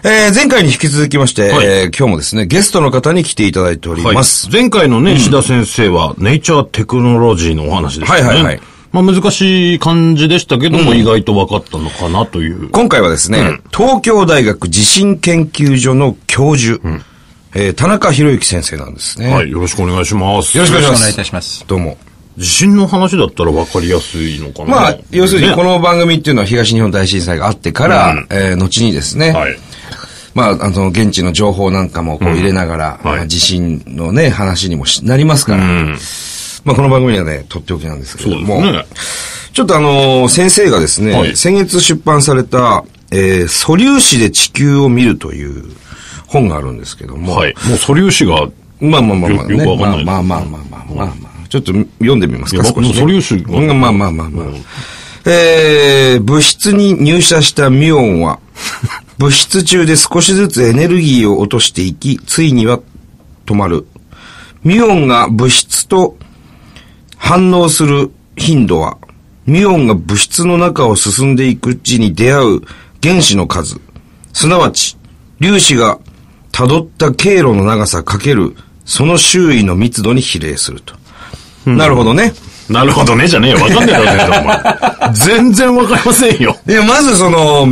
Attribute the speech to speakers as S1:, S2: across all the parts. S1: ー前回に引き続きまして、えー今日もですね、ゲストの方に来ていただいており
S2: はい
S1: ます。。
S2: 前回のね、石田先生は、ネイチャーテクノロジーのお話でしたね。
S1: はいはいはい
S2: まあ難しい感じでしたけども、意外と分かったのかなという。
S1: 今回はですね、東京大学地震研究所の教授、えー田中博之先生なんですね。
S2: はい、よろしくお願いします。
S1: よろしくお願いしま
S3: よろしく
S1: す。
S3: お願いいたします。
S1: どうも。
S2: 地震の話だったら分かりやすいのかな。
S1: まあ、要するにこ
S2: ね、
S1: の番組っていうのは東日本大震災があってから、えー後にですね、
S2: はい。
S1: まあ、あの、現地の情報なんかもこう入れながら、
S2: はい
S1: まあ地震のね、話にもしなりますから、まあ、この番組にはね、とっておきなんですけ
S2: そ
S1: れど
S2: うで
S1: も、
S2: すね。
S1: ちょっとあのー先生がですね、
S2: はい
S1: 先月出版された、えー、素粒子で地球を見るという本があるんですけども、
S2: はい。もう素粒子が、
S1: まあまあまあまあ、ね、
S2: よよくわ
S1: ま
S2: かんな
S1: あ
S2: い
S1: まあまあまあまあまあまあ、ちょっと読んでみますか、
S2: いや
S1: 少し、ね。
S2: 僕も素粒子が
S1: うんまあまあまあまあ。えー、物質に入射したミュオン は、物質中で少しずつエネルギーを落としていき、ついには止まる。ミュオンが物質と反応する頻度は、ミュオンが物質の中を進んでいくうちに出会う原子の数、すなわち粒子が辿った経路の長さかけるその周囲の密度に比例すると。なるほどね。
S2: なるほどね、じゃねえよ。分かんねえだ ろ、全然お前。全然分かりませんよ。
S1: で、まずその、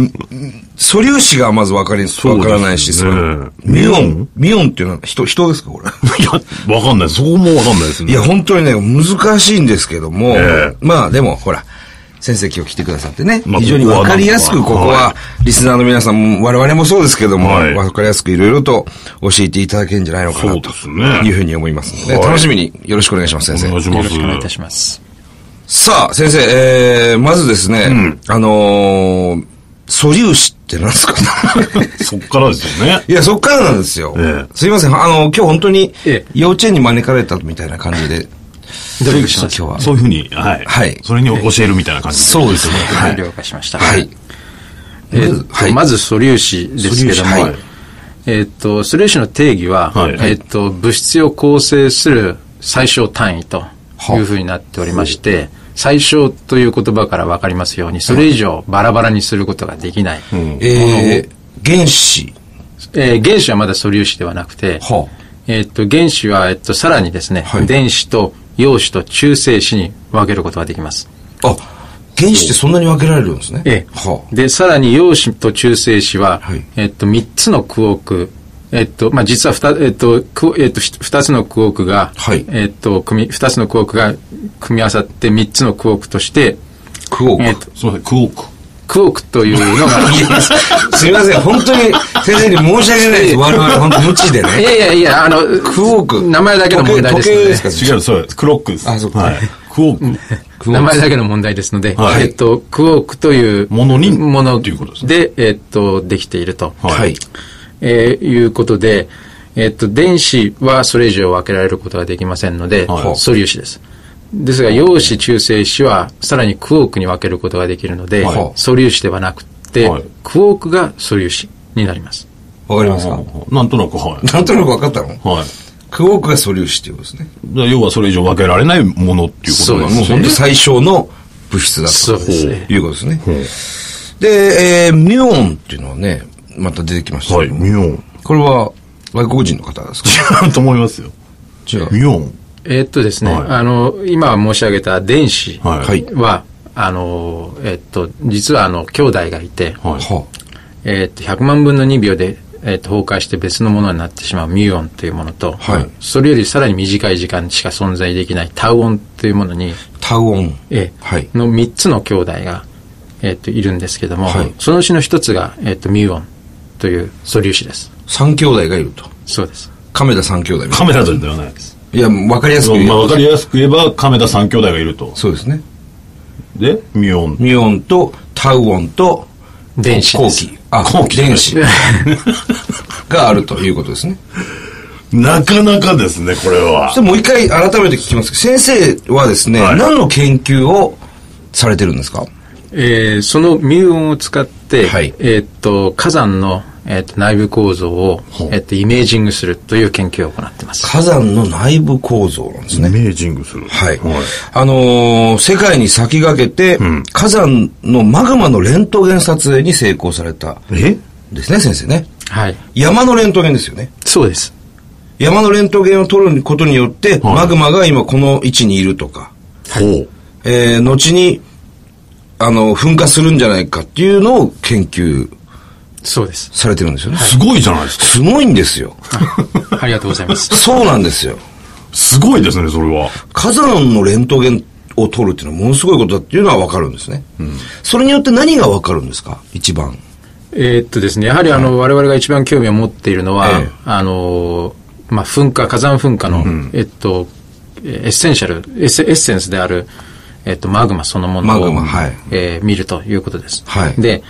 S1: 素粒子がまず分かり、
S2: う
S1: わ
S2: です
S1: か
S2: ね
S1: らないし、そのミュオン、ミュオンっていうのは人、人ですかこれ。
S2: いや、分かんない。そこも分 かんないですね。
S1: いや、本当にね、難しいんですけども、
S2: ええ
S1: まあでも、ほら、先生今日来てくださってね、
S2: まあ
S1: 非常に
S2: ここは
S1: わかりやすく、
S2: なんと
S1: こ
S2: か
S1: こ
S2: は
S1: は、リスナーの皆さんも、我々もそうですけども、
S2: はい
S1: わかりやすくいろいろと教えていただけるんじゃないのかな、
S2: そうですね
S1: というふうに思いますので、
S2: はい
S1: 楽しみによろしくお願いします、先
S2: お願
S1: 生。
S2: いし
S3: よ
S2: ま
S3: ろ
S2: す。
S3: しくお願いいたします。
S1: さあ、先生、えー、まずですね、あのー、素粒子って何ですか
S2: そっからですよね。
S1: いや、そっからなんですよ。
S2: ええ
S1: すいません。あの、今日本当に
S3: ええ、
S1: 幼稚園に招かれたみたいな感じで。
S3: どう
S1: ちょっと今日は。
S2: そういうふうに、はい。
S1: はい
S2: それに教えるみたいな感じ
S1: そうですね
S2: はい。
S3: 了解しました。
S1: はい。
S3: えーっと
S1: はい
S3: まず素粒子ですけ
S1: 素粒子
S3: ども
S1: はい、
S3: えーっと、素粒子の定義は、
S2: はい
S3: えーっと、物質を構成する最小単位というふうになっておりまして、最小という言葉からわかりますように、それ以上バラバラにすることができない。
S1: えー、原子。
S3: えー原子はまだ素粒子ではなくて、
S1: はあ
S3: えーっと、原子は、えっと、さらにですね、
S1: はい
S3: 電子と陽子と中性子に分けることができます。
S1: あ、原子ってそんなに分けられるんですね。
S3: ええ
S1: はあ
S3: で、さらに陽子と中性子は、
S1: はい
S3: えっと、3つのクオーク、えっと、まあ、実は二えっと、クえっと、ひ二つのクオークが、
S1: はい
S3: えっと、組み、二つのクオークが組み合わさって3つのクオークとして、
S1: クオ
S3: え
S1: ー
S3: っ
S1: ク。
S3: と、
S2: すみません、クオーク。
S3: クオークというのが、
S1: すいません、本当に先生に申し訳ないです。我々、本当無知で
S3: い
S1: ね。
S3: やいやいや、あの、
S1: クオーク。
S3: 名前だけの問題です
S1: 時計
S3: の
S1: 時計
S3: で
S1: ですか
S2: 違う、そうです。クロックです。
S1: あそうか
S2: はい。クオーク。
S3: 名前だけの問題ですので、
S2: はい
S3: えっと、クオークという
S2: ものに
S3: もの
S2: っていうことです
S3: で、えっと、できていると、
S2: はい
S1: はい。
S3: えーいうことで、えっと、電子はそれ以上分けられることができませんので、
S2: はい
S3: 素粒子です。ですが、陽子、中性子はさらにクオークに分けることができるので、
S2: はい
S3: 素粒子ではなくて、
S2: はい
S3: クオークが素粒子になります。
S1: わかりますか
S2: なんとなく、はい。
S1: なんとなく分かったの
S2: はい。
S1: クオークが素粒子っていうことですね。
S2: だから要はそれ以上分けられないものっていうこと
S3: そう
S2: な
S3: で
S2: ん
S3: す
S1: もう
S2: ね。
S1: 本当最小の物質だと。
S3: そうですね
S1: いうことですね。で、えー、ミュオンっていうのはね、また出てきました
S2: は
S1: け
S2: い、
S1: ど。
S2: ミュオン。
S1: これは外国人の方ですか
S2: 違うと思いますよ。
S1: 違う。
S2: ミュオン。
S3: えっとですね、
S2: はい
S3: あの、今申し上げた電子は、
S2: はい。
S1: はい
S3: あの、えっと、実はあの、兄弟がいて、
S2: はい。
S1: は
S3: えーっと100万分の2秒で、えーっと崩壊して別のものになってしまうミューオンというものと、
S1: はい
S3: それよりさらに短い時間しか存在できないタウオンというものに、
S1: タウオン。
S3: えー
S1: はい。
S3: の3つの兄弟が、えーっといるんですけども、
S1: はい
S3: そのうちの1つが、えーっとミューオンという素粒子です。
S1: 三兄弟がいると。
S3: そうです。
S1: 亀田三兄弟みたい
S2: カメラではないです。
S1: な。いや、わかりやすく
S2: そう
S1: 言う
S2: まあ
S1: と
S2: 分かりやすく言えば、亀田三兄弟がいると。
S1: そうですね。
S2: で、ミュオン。
S1: ミュオンとタウオンと
S3: 電子です
S1: 後期。あ、
S2: 後期
S1: 電子。があるということですね。
S2: なかなかですね、これは
S1: そし。てもう一回改めて聞きますけど先生はですね、
S2: はい
S1: 何の研究をされてるんですか
S3: えーそのミューオンを使って、
S1: はい
S3: えーっと火山の、えーっと内部構造を、えーっとイメージングするという研究を行っています。
S1: 火山の内部構造なんです
S2: イ
S1: ね。
S2: メージングする。
S1: はい。あのー世界に先駆けて、火山のマグマのレントゲン撮影に成功されたん
S2: え
S1: ですね、先生ね。
S3: はい。
S1: 山のレントゲンですよね。
S3: そうです。
S1: 山のレントゲンを取ることによって、
S2: はい
S1: マグマが今この位置にいるとか、
S2: ほう。
S1: えー、後に、あの、噴火するんじゃないかっていうのを研究
S3: そうです。
S1: されてるんですよね。
S2: すごいじゃないですか。
S1: すごいんですよ。
S3: ありがとうございます。
S1: そうなんですよ。
S2: すごいですね、それは。
S1: 火山のレントゲンを取るっていうのはものすごいことだっていうのはわかるんですね。それによって何がわかるんですか一番。
S3: えーっとですね、やはりあの、我々が一番興味を持っているのは、
S1: ええ
S3: あの、まあ、噴火、火山噴火の、えっと、えエッセンシャル、エッセエッセンスである、えっと、マグマそのものを、
S1: マグマはい
S3: えー見るということです。
S1: はい
S3: で、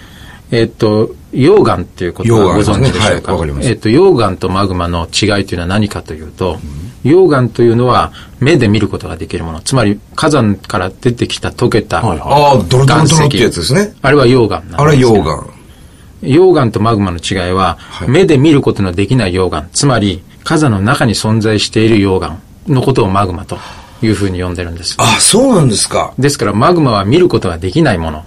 S3: えっと、溶岩っていうことはご
S1: 溶岩
S3: 存
S1: ですね
S3: 知でしょうか。
S1: はいわかります
S3: えっと、溶岩とマグマの違いというのは何かというと、溶岩というのは目で見ることができるもの。つまり火山から出てきた溶けた
S2: はい
S3: 岩石。
S2: はい
S1: ああ、ドロドロドロってやつですね。
S3: あれは溶岩なんですけど
S1: あれ溶岩。
S3: 溶岩とマグマの違いは、目で見ることのできない溶岩、つまり火山の中に存在している溶岩のことをマグマというふうに呼んでるんです。
S1: あ、そうなんですか。
S3: ですからマグマは見ることができないもの。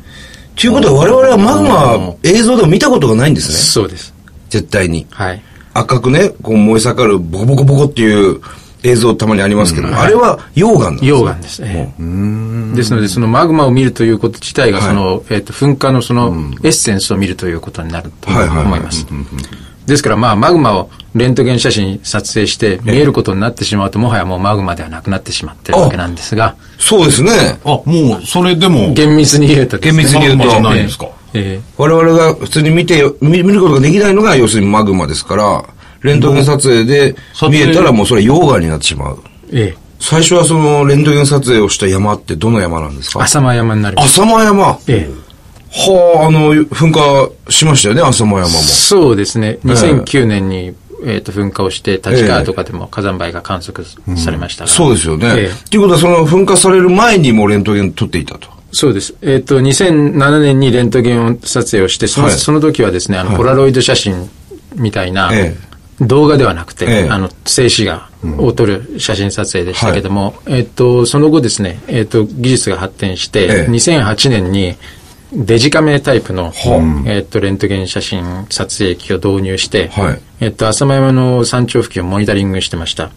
S1: ということは我々はマグマ映像でも見たことがないんですね。
S3: そうです。
S1: 絶対に。
S3: はい。
S1: 赤くね、こう燃え盛るボコボコボコっていう映像たまにありますけど、あれは溶岩なんですね
S3: 溶岩です。ええですので、そのマグマを見るということ自体が、その、えっ、と、噴火のその、エッセンスを見るということになると
S1: はいはいはい
S3: 思います。ですから、まあ、マグマをレントゲン写真撮影して、見えることになってしまうと、もはやもうマグマではなくなってしまってるわけなんですが、
S1: そうですね。
S2: あ、もう、それでも、
S3: 厳密に言うとですね、
S1: 厳密に言うと
S2: マグマじゃないんですか。
S3: え
S1: 我々が普通に見てよ、見見ることができないのが要するにマグマですから、レントゲン撮影で
S2: 撮
S1: 見
S2: 影
S1: えたらもうそれは溶岩になってしまう。
S3: えええ
S1: 最初はそのレントゲン撮影をした山ってどの山なんですか
S3: 浅間山になります。
S1: 浅間山。は
S3: え
S1: あ、あの、噴火しましたよね、浅間山も。
S3: え、そうですね、2009年に、えっ、と、噴火をして、立川とかでも火山灰が観測されましたが、
S1: そうですよね。
S3: ええ
S1: っていうことはその噴火される前にもうレントゲン撮っていたと。
S3: そうです。えっ、と、2007年にレントゲンを撮影をして、その,、
S1: はい
S3: その時はですね、あの、ポラロイド写真みたいな、
S1: え
S3: 動画ではなくて、
S1: ええ
S3: あの、静止画を撮る写真撮影でしたけども、えっ、と、その後ですね、えっ、と、技術が発展して、
S1: ええ
S3: 2008年に、デジカメタイプの、えっ、と、レントゲン写真撮影機を導入して、
S1: はい
S3: えっ、と、浅間山の山頂付近をモニタリングしてました。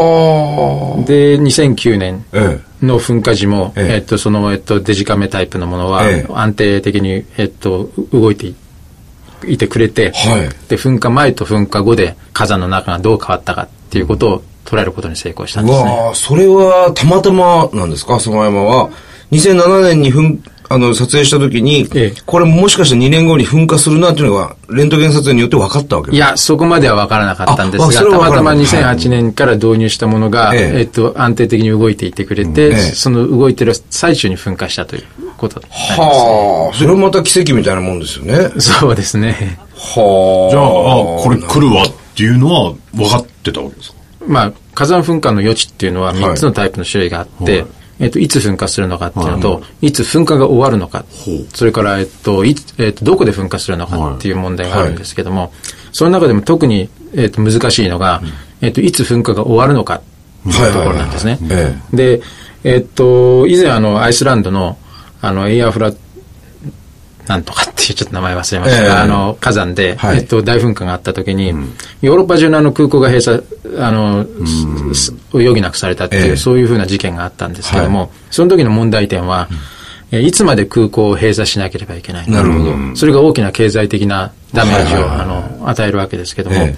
S1: は
S3: で、2009年
S1: え
S3: の噴火時も、
S1: ええ
S3: えっと、その、えっと、デジカメタイプのものは
S1: ええ、
S3: 安定的に、えっと、動いていいてくれて、
S1: はい
S3: で、噴火前と噴火後で火山の中がどう変わったかっていうことを捉えることに成功したん
S1: う
S3: ですね。
S1: わあ、それはたまたまなんですか、浅間山は。2007年に噴あの撮影した時に、
S3: ええ
S1: これもしかして2年後に噴火するなっていうのが、レントゲン撮影によって分かったわけ
S3: いや、そこまでは分からなかったんです
S1: ああ
S3: が、
S1: それ
S3: た
S1: は分か
S3: ま
S1: ら
S3: たま
S1: ない
S3: 2008年から導入したものが、
S1: ええ
S3: えっと、安定的に動いていてくれ
S1: え
S3: て、
S1: え
S3: その動いてる最中に噴火したということになります
S1: はあ、それもまた奇跡みたいなもんですよね。は
S3: そうですね。
S1: あ。
S2: じゃあ、あ、これ来るわっていうのは分かってたわけですか
S3: まあ、火山噴火の余地っていうのは3つのタイプの種類があって、いえっと、いつ噴火するのかっていうのと、い、つ噴火が終わるのか
S2: う、
S3: それから、えっと、いつ、えっと、どこで噴火するのかっていう問題があるんですけども、その中でも特に、えっと、難しいのが、えっと、いつ噴火が終わるのかっていうところなんですね
S1: はいはいはいえ。
S3: で、えっと、以前あの、アイスランドの、あの、エイアフラ、なんとかっていうちょっと名前忘れましたが、
S1: ええ
S3: あの、火山で、
S1: はい
S3: えっと、大噴火があった時に、ヨーロッパ中のあの空港が閉鎖、あの、すを余儀なくされたっていう、
S1: ええ
S3: そういうふうな事件があったんですけども、その時の問題点は、えいつまで空港を閉鎖しなければいけない
S1: なるほど
S3: それが大きな経済的なダメージを、
S1: はいはいはい
S3: あの、与えるわけですけども、
S1: え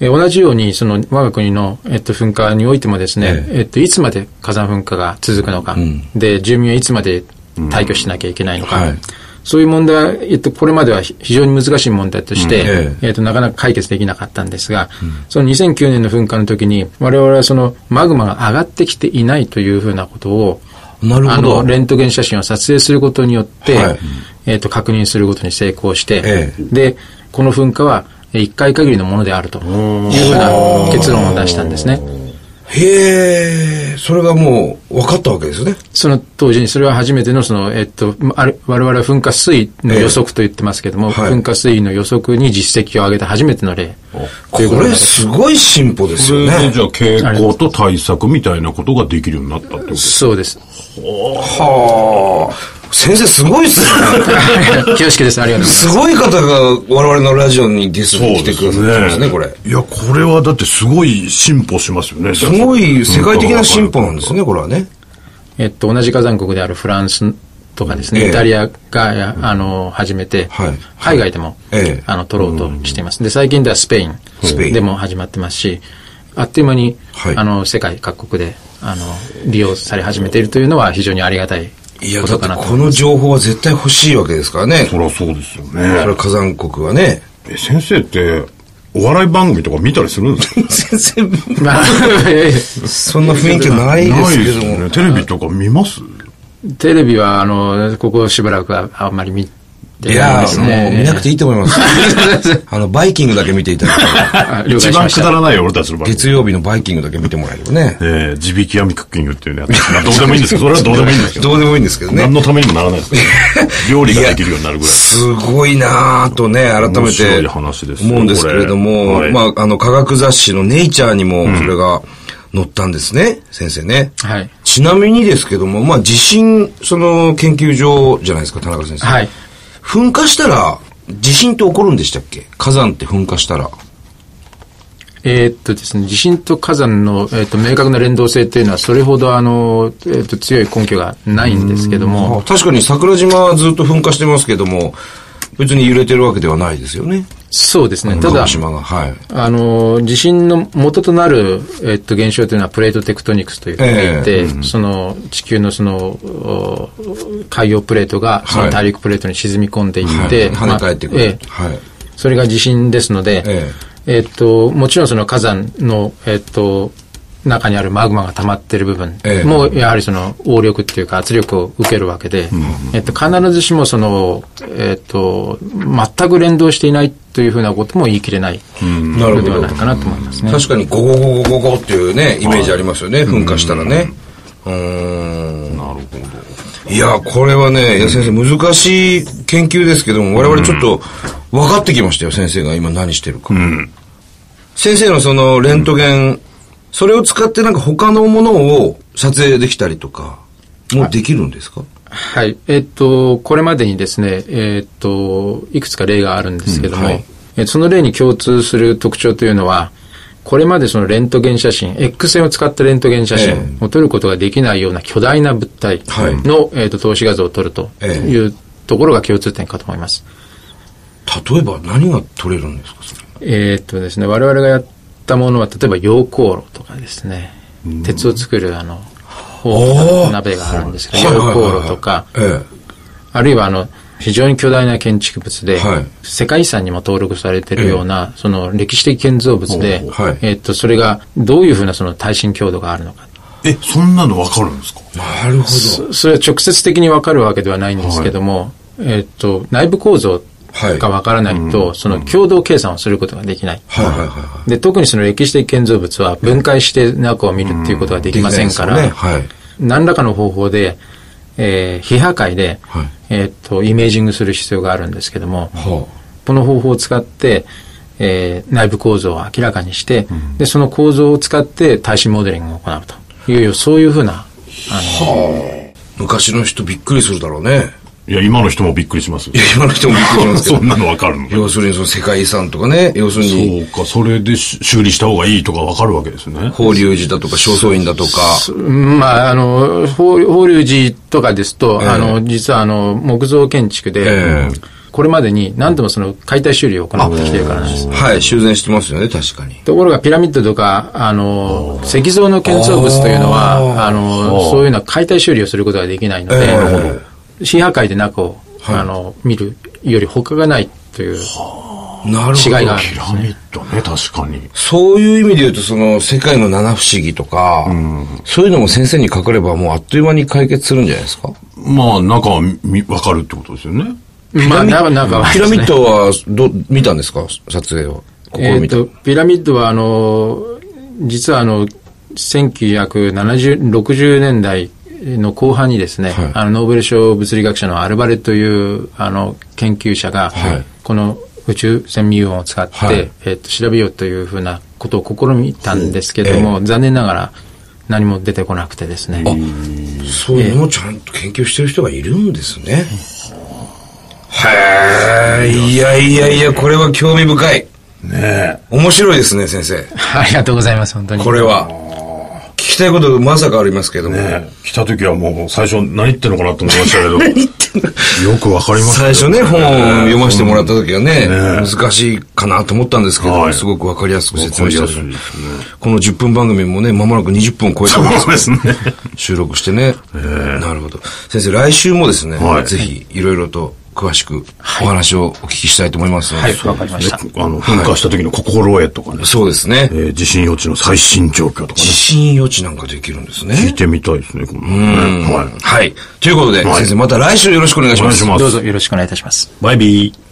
S3: え同じように、その、我が国の、えっと、噴火においてもですね、
S1: え
S3: えっと、いつまで火山噴火が続くのか、で、住民はいつまで退去しなきゃいけないのか、
S1: はい
S3: そういう問題は、えっと、これまでは非非常に難しい問題として、
S1: うんえ
S3: えっと、なかなか解決できなかったんですが、その2009年の噴火の時に、我々はその、マグマが上がってきていないというふうなことを、
S1: なるほど
S3: あの、レントゲン写真を撮影することによって、
S1: はい
S3: えっと、確認することに成功して、
S1: ええ
S3: で、この噴火は1回限りのものであるというふうな結論を出したんですね。
S1: へえ、それがもう分かったわけですね。
S3: その当時に、それは初めての、その、えっと、あれ我々は噴火水位の予測と言ってますけども、
S1: ええはい
S3: 噴火水位の予測に実績を上げた初めての例
S1: こと
S3: いうこと
S1: れ
S3: です
S1: ごい進歩です
S2: そ
S1: よ
S2: れで、
S1: ね
S2: じ。ゃあ、傾向と 対策みたいなことができるようになったってことです
S3: そうです。
S1: はあ。先生すごいっすね。
S3: 恐縮です。ありがとうございます。
S1: すごい方が我々のラジオにゲストに来てくださってますね、これ。
S4: いや、これはだってすごい進歩しますよね。
S1: すごい世界的な進歩なんですね、これはね。
S3: えっと、同じ火山国であるフランスとかですね、
S1: ええ
S3: イタリアが、やあの、始めて、
S1: はい
S3: 海外でも、
S1: ええ
S3: あの、取ろうとしています。で、最近ではスペイン
S1: スペイン
S3: でも始まってますし、あっという間に、
S1: はい
S3: あの、世界各国で、あの、利用され始めているというのは非常にありがたい
S1: いや、
S3: こ
S1: だ
S3: と
S1: って
S3: かなと。
S1: この情報は絶対欲しいわけですからね。
S4: そりゃそうですよ
S1: それ
S4: ね
S1: は。火山国はね。
S4: え先生って、お笑い番組とか見たりするんですか
S1: 先生、
S3: まあ
S1: そんな雰囲気ないですけ ど
S4: よ
S1: も。
S4: ね。テレビとか見ます
S3: テレビは、あの、ここしばらくはあんまり見
S1: い
S3: てない
S1: や
S3: です
S1: ー、も
S3: ね。
S1: う見なくていいと思います。あの、バイキングだけ見ていただければ。
S3: あ了
S4: 一
S3: 解し
S4: 番
S3: まし
S4: く
S3: た
S4: だ。らない俺たちの番組。
S1: 月曜日のバイキングだけ見てもらえれば ね。
S4: えー、地引き網クッキングっていうね、まあ どうでもいいんですけど、それはどうでもいいんですけど。
S1: どうでもいいんですけど
S4: 何
S1: ね。
S4: のためにもならないですけど 料理ができるようになるぐらい。
S1: すごいなぁとね、改め
S4: 面白
S1: て
S4: い話ですよ
S1: 思うんですけれど
S4: こ
S1: も、
S4: れはい
S1: まあ、あの、科学雑誌のネイチャーにもそれが載ったんですね、先生ね。
S3: はい。
S1: ちなみにですけども、まあ、地震、その、研究所じゃないですか、田中先生。
S3: はい。
S1: 噴火したら、地震って起こるんでしたっけ火山って噴火したら。
S3: えーっとですね、地震と火山の、えーっと明確な連動性というのは、それほどあの、えーっと強い根拠がないんですけども、
S1: 確かに桜島はずっと噴火してますけども、別に揺れてるわけではないですよね。
S3: そうですね、た
S1: 鹿
S3: だ
S1: 児、島が。はい。
S3: あの、地震の元となる、えーっと現象というのはプレートテクトニクスというふうに言って、その地球のその、お海洋プレートが、その大陸プレートに沈み込んでい
S1: はい
S3: って、
S1: 跳ね返ってくる。
S3: まあええ
S1: はい。
S3: それが地震ですので、
S1: え
S3: えっと、もちろんその火山の、えっと、中にあるマグマが溜まってる部分
S1: ええ
S3: も、やはりその応力っていうか圧力を受けるわけで、えっと、必ずしもその、えっと、全く連動していないというふうなことも言い切れない
S1: なるほ
S3: のでは
S1: ど
S3: ない。かなと思いますね。
S1: 確かにゴゴゴゴゴゴっていうね、イメージありますよね、噴火したらね。うーん。なるほど。いや、これはね、いや先生、難しい研究ですけども、我々ちょっと分かってきましたよ、先生が今何してるか。先生のそのレントゲン、それを使ってなんか他のものを撮影できたりとか、もうできるんですか
S3: はい。えっと、これまでにですね、えっと、いくつか例があるんですけども、
S1: うんはい
S3: えその例に共通する特徴というのは、これまでそのレントゲン写真、X 線を使ったレントゲン写
S1: え
S3: 真を撮ることができないような巨大な物体
S1: はい
S3: の、えっと透視画像を撮ると
S1: ええ
S3: いうところが共通点かと思います。
S1: 例えば何が撮れるんですかそれ
S3: えっとですね、我々がやったものは、例えば溶鉱炉とかですね、鉄を作るあの、
S1: おー
S3: 鍋があるんですけど、
S1: はい
S3: 溶
S1: はいは
S3: 鉱
S1: いはい
S3: 炉とか、
S1: え
S3: あるいはあの、非常に巨大な建築物で、
S1: はい
S3: 世界遺産にも登録されているような、その歴史的建造物で、
S1: おはい
S3: えっと、それがどういうふうなその耐震強度があるのか。
S4: え、そんなのわかるんですか
S1: え。なるほど。
S3: そそれは直接的にわかるわけではないんですけども、えっと、内部構造がわからないと、その共同計算をすることができない。
S1: はいはいはいは
S3: で、特にその歴史的建造物は分解して中を見るっていうことがで
S1: い。
S3: きませんから、
S1: できないですよね
S3: 何らかの方法で、えー非破壊で、
S1: はい
S3: えっと、イメージングする必要があるんですけども、
S1: はい。はあ
S3: この方法を使って、えー内部構造を明らかにして、で、その構造を使って耐震モデリングを行うという、そういうふうな、あの、
S1: 昔の人びっくりするだろうね。
S4: いや、今の人もびっくりしますよ
S1: い。や、今の人もびっくりし ますけど。
S4: そんなのわかるの
S1: 要するにその世界遺産とかね、要するに
S4: そうか、それでし修理した方がいいとかわかるわけですね。
S1: 法隆寺だとか正倉院だとか、
S3: うんまあ、あの、法法隆寺とかですと、
S1: ええ
S3: あの、実はあの、木造建築で、
S1: ええ
S3: これまでに何度もその解体修理を行ってきてるからなんです。
S1: はい、修繕してますよね、確かに。
S3: ところがピラミッドとか、あの、石像の建造物というのは、あの、そういうのは解体修理をすることができないので、
S1: ええなる
S3: 新破壊で中を、
S1: はい
S3: あの、見るより他がないという
S1: なる
S3: 違いがある
S4: ピラミッドね、確かに。
S1: そういう意味で言うと、その、世界の七不思議とか、そういうのも先生にかかれば、もうあっという間に解決するんじゃないですか
S4: まあ、中はみわかるってことですよね。
S3: まあ、ななんか、
S1: ピラミッドは、ど、見たんですか撮影は。ここ
S3: え
S1: を
S3: っ
S1: 見た。
S3: と、ピラミッドは、あの、実はあの、1970、60年代の後半にですね、
S1: はい
S3: あの、ノーベル賞物理学者のアルバレという、あの、研究者が、
S1: はい
S3: この宇宙船ミューオンを使って、
S1: はい
S3: えっと、調べようというふうなことを試みたんですけども、残念ながら何も出てこなくてですね。
S1: そういうのをちゃんと研究してる人がいるんですね。へえ、いやいやいや、これは興味深い。
S2: ね
S1: 面白いですね、先生。
S3: ありがとうございます、本当に。
S1: これは。聞きたいことまさかありますけども。
S2: え。ねえ。来た時はもう最初何言ってんのかなと思いましたけ ど。何言ってんのよくわかりました
S1: 最
S2: よ。
S1: 初ね、本を読ませてもらった時はね、
S2: ね
S1: 難しいかなと思ったんですけど、
S2: はい
S1: すごくわかりやすく説明
S2: わかり
S1: し
S2: や
S1: た
S2: すい
S1: し、
S2: ですね
S1: この10分番組もね、まもなく20分を超えたんです
S2: そうですね。
S1: 収録してね。なるほど。先生、来週もですね、
S2: はい
S1: ぜひいろいろと詳しくお話をお聞きしたいと思いますので、
S3: はい、わかりました。
S2: ねあの、噴火した時の心得とかね。
S1: そうですね
S2: え。ー地震予知の最新状況とかね
S1: 地。震予知なんかできるんですね。
S2: 聞いてみたいですね。このねはい。
S1: はい。ということで、
S2: はい
S1: 先生、また来週よろしくお願いし
S2: お
S1: ま
S2: 願い
S1: す
S2: し。ます
S3: どう。ぞよろしくお願いいたします。
S5: バイビー。